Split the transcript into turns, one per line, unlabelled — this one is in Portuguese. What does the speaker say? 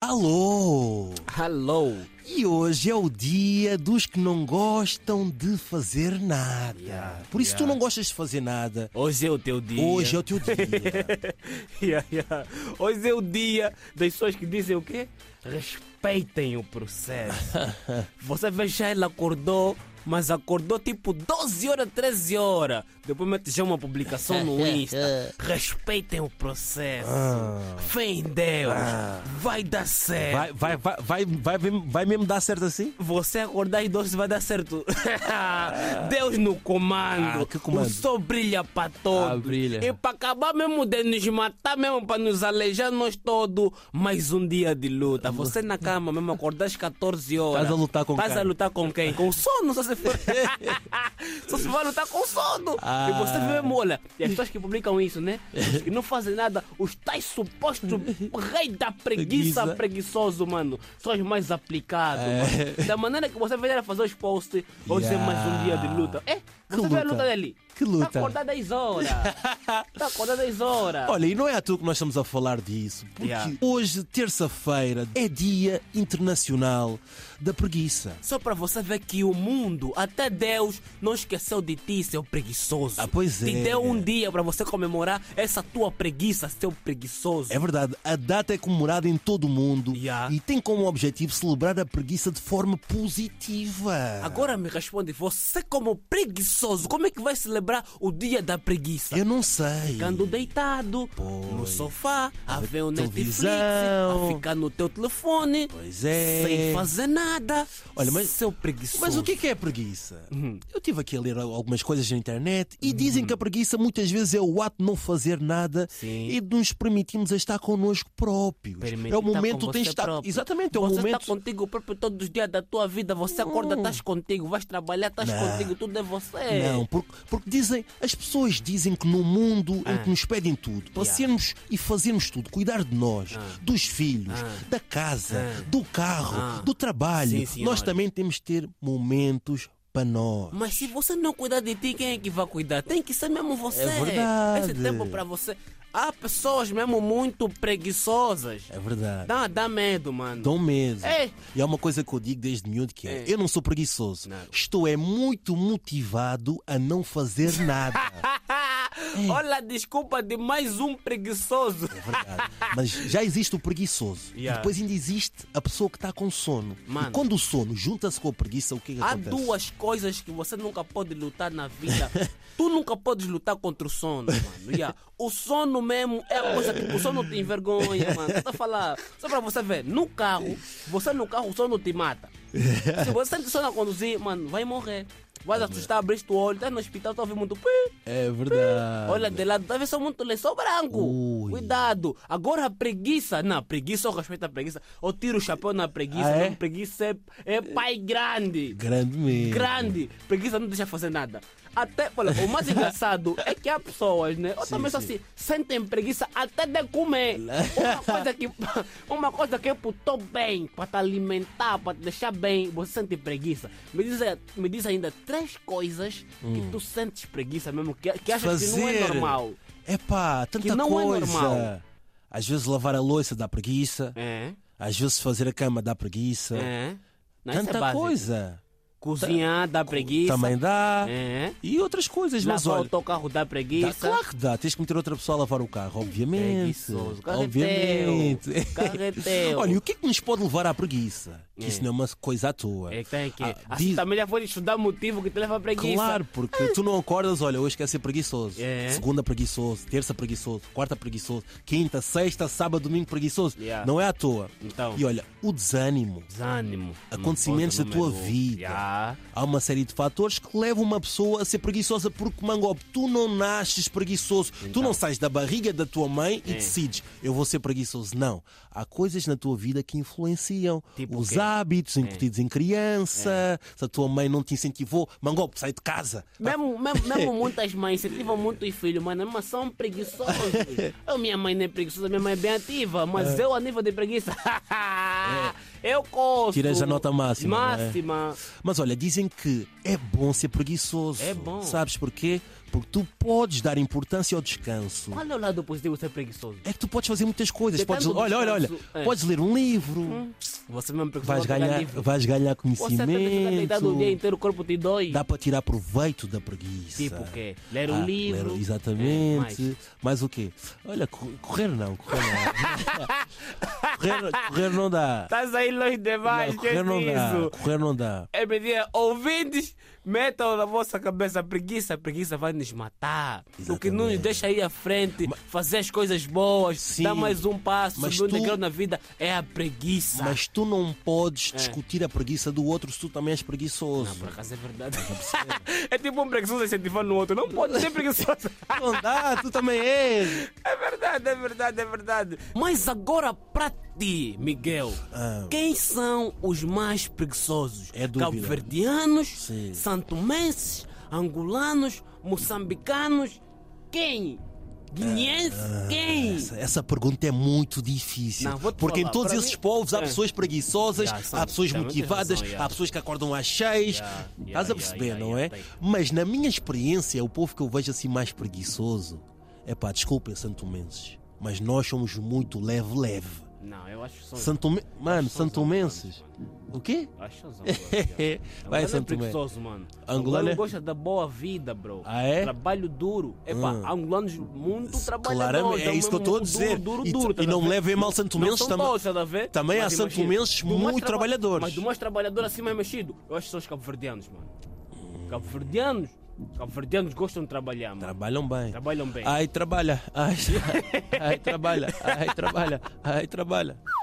Alô!
Hello!
E hoje é o dia dos que não gostam de fazer nada.
Yeah,
Por isso tu
yeah.
não gostas de fazer nada.
Hoje é o teu dia.
Hoje é o teu dia.
Yeah, yeah. Hoje é o dia das pessoas que dizem o quê? Respeitem o processo. Você vê já ele acordou, mas acordou tipo 12 horas, 13 horas. Depois mete já uma publicação no Insta. Respeitem o processo. Fé em Deus. Vai dar certo.
vai, vai, vai, vai, vai, mesmo- vai mesmo dar certo assim?
Você acordar às 12 vai dar certo. Deus no comando.
Ah, que comando?
O sol brilha para todos.
Ah, brilha.
E para acabar mesmo de nos matar, mesmo para nos alejar nós todos, mais um dia de luta. Você na cama mesmo, acordar às 14 horas.
Estás a lutar com
Estás a
quem?
lutar com quem? Com sono, só se for. só se vai lutar com sono.
Ah.
E você mesmo, olha, e as pessoas que publicam isso, né? Os que não fazem nada, os tais supostos rei da preguiça,
Preguiça.
preguiçoso, mano. São os mais aplicados, mano. Da maneira que você vê ele fazer os posts, hoje é mais um dia de luta. É, você vê a
luta?
luta dele.
Que luta?
Tá acordado 10 horas. tá acordado 10 horas.
Olha, e não é à toa que nós estamos a falar disso, porque
Yeah.
hoje, terça-feira, é Dia Internacional da Preguiça.
Só para você ver que o mundo, até Deus, não esqueceu de ti, seu preguiçoso.
Ah, pois
Te
é.
deu um dia para você comemorar essa tua preguiça, seu preguiçoso.
É verdade, a data é comemorada em todo o mundo
Yeah.
e tem como objetivo celebrar a preguiça de forma positiva.
Agora me responde, você como preguiçoso, como é que vai celebrar o dia da preguiça?
Eu não sei.
Ficando deitado no sofá, a ver o Netflix,
televisão.
a ficar no teu telefone,
Pois é.
sem fazer nada.
Olha, mas-
seu preguiçoso.
Mas o que é que é preguiça?
Uhum.
Eu estive aqui a ler algumas coisas na internet e dizem que a preguiça muitas vezes é o ato de não fazer nada
Sim.
e de nos permitirmos a estar connosco próprios.
Permite
é o
estar
momento
com
que tens de
você
estar.
próprio.
Exatamente, é o
você
momento.
está contigo próprio todos os dias da tua vida. Você acorda, estás contigo, vais trabalhar, estás
Não.
contigo, tudo é você.
Não, porque, porque dizem, as pessoas dizem que no mundo em
Ah.
que nos pedem tudo, para
Yeah.
sermos e fazermos tudo, cuidar de nós, dos filhos, da casa, do carro,
Ah.
do trabalho,
Sim, senhor.
nós também temos de ter momentos para nós.
Mas se você não cuidar de ti, quem é que vai cuidar? Tem que ser mesmo você.
É verdade.
Esse tempo para você. Há pessoas mesmo muito preguiçosas.
É verdade.
Dá, dá medo, mano.
Dão mesmo.
Ei.
E há uma coisa que eu digo desde miúdo que é,
É.
eu não sou preguiçoso.
Não.
Estou é muito motivado a não fazer nada.
Olha a desculpa de mais um preguiçoso.
Verdade. Mas já existe o preguiçoso. E
Yeah.
depois ainda existe a pessoa que está com sono.
Mano.
E quando o sono junta-se com a preguiça, o que é que
Há
acontece?
duas coisas que você nunca pode lutar na vida. tu nunca podes lutar contra o sono, mano. Yeah. O sono mesmo é a coisa que o sono te envergonha, mano. Tô a falar. Só pra você ver, no carro, você no carro, o sono te mata. Se você sente sono a conduzir, mano, vai morrer. Vai assustar, abrir o olho, tá no hospital, tá ouvindo muito. pi,
É verdade.
Olha, de lado, talvez são muito lençol branco.
Ui.
Cuidado. Agora a preguiça. Não, preguiça, eu respeito a preguiça. Eu tiro o chapéu na preguiça.
Ah, é?
Não, preguiça é, é pai grande.
Grande mesmo.
Grande. Preguiça não deixa fazer nada. Até, olha, o mais engraçado é que há pessoas, né? Eu também sou
sim.
assim, sentem preguiça até de comer. Uma coisa que, uma coisa que eu putou bem, para te alimentar, para te deixar bem, você sente preguiça. Me diz, me diz ainda três coisas que tu sentes preguiça mesmo, que, que achas que não é
Hum. Fazer.
normal.
Epá, tanta
Que não é
coisa.
normal.
Às vezes lavar a louça dá preguiça.
É,
Às vezes fazer a cama dá preguiça.
é. Não, isso
Tá.
é
Tanta
básico.
coisa. Tá.
Cozinhar dá preguiça.
Também dá.
É.
E outras coisas, mas
Lavar o
olha.
teu carro dá
Dá,
preguiça.
claro que dá, tens que meter outra pessoa a lavar o carro, obviamente.
Preguiçoso. Carro é
Obviamente.
teu. Carro é teu.
Olha, e o que é que nos pode levar à preguiça? Que isso não é uma coisa à toa.
É que tem que.
Ah,
assim
diz-
também já foi estudar motivo que te leva a preguiça. Ah.
Claro, porque tu não acordas, olha, hoje quer ser preguiçoso.
É.
Segunda preguiçoso, terça preguiçoso, quarta preguiçoso, quinta, sexta, sábado, domingo preguiçoso.
Yeah.
Não é à toa.
Então.
E olha, o desânimo.
Desânimo.
Acontecimentos da
Ponto
tua
número um.
vida.
Já.
Há uma série de fatores que levam uma pessoa a ser preguiçosa porque, Mangob, tu não nasces preguiçoso.
Então.
Tu não sais da barriga da tua mãe e decides, eu vou ser preguiçoso. Não. Há coisas na tua vida que influenciam.
Tipo o
Os
quê? É.
hábitos incutidos em criança, se a tua mãe não te incentivou, Mangope, sai de casa.
Mesmo, mesmo, mesmo muitas mães incentivam muito os filhos, mano, mas são preguiçosos. Eu, minha mãe não é preguiçosa, minha mãe é bem ativa, mas eu, a nível de preguiça, eu coço.
Tiras a É. nota máxima, não é?
Máxima.
Mas olha, dizem que é bom ser preguiçoso.
É bom.
Sabes porquê? Porque tu podes dar importância ao descanso.
Qual é o lado positivo de ser preguiçoso?
é que tu podes fazer muitas coisas.
Depende
Podes,
do
olha, olha, olha.
descanso, é. Uhum.
Podes ler um livro,
Você mesmo é
vais,
preguiçoso. vai pegar
ganhar,
livro.
vais ganhar
Você até fica deitado o dia
conhecimento.
inteiro, o corpo te dói.
Dá para tirar proveito da preguiça.
Tipo o quê? Ler um
Ah,
livro.
ler-
É,
exatamente.
mais.
mas o quê? Olha, co- correr não, correr não. correr, correr não dá.
Estás aí longe demais,
Não,
que
correr não
isso?
dá. Correr não dá.
É pedir, ouvintes, metam na vossa cabeça a preguiça, a preguiça vai nos matar. O que não nos
Exatamente.
deixa ir à frente, fazer as coisas boas,
Sim,
dar mais um passo,
mas
subir um
tu-
degrau na vida, é a preguiça.
Mas tu não podes
É.
discutir a preguiça do outro se tu também és preguiçoso.
Por acaso é verdade. é tipo um preguiçoso incentivando o outro, não pode ser preguiçoso.
Não dá, tu também és.
É verdade, é verdade, é verdade. Mas agora para ti, Miguel,
Ah.
quem são os mais preguiçosos?
É dúvida.
Cabo-verdianos,
Sim.
santomenses, angolanos, moçambicanos? Quem? Guineense? Quem?
Ah, Essa, essa pergunta é muito difícil.
Não, vou-te
porque em
falar,
todos
para
esses
mim-
povos há
é.
pessoas preguiçosas,
Yeah, são-
há pessoas
tem muita
motivadas,
razão, yeah.
há pessoas que acordam às seis.
Yeah, yeah,
Estás a
yeah,
perceber,
yeah,
não
yeah,
é?
tem.
Mas na minha experiência, o povo que eu vejo assim mais preguiçoso é pá, desculpem, Santomenses, mas nós somos muito leve-leve.
Não, eu acho que são.
Santome... Mano,
são os
Santomenses. O quê?
Acho que são os angolanos, já.
Vai,
Angolano é
Santo Tomé.
preguiçoso, mano.
Angolano é-
gosta da boa vida, bro.
Ah, é?
Trabalho duro. Epá,
Hum.
angolanos muito trabalhadores.
Claramente, é isso que eu estou a dizer.
então um Duro, duro,
E-
duro,
e,
tá
não
vendo?
me levem mal
Não
Santomenses
são
também.
todos, estás a ver?
também há
Mas imagina,
santomenses
do mais
muito
traba-
trabalhadores.
Mas do mais trabalhador assim mais mexido, eu acho que são os cabo-verdianos, mano. Cabo-verdianos, cabo-verdianos gostam de trabalhar, mano.
Trabalham bem.
Trabalham bem.
Ai, trabalha. Ai, ai, trabalha. Ai, trabalha. Ai, trabalha.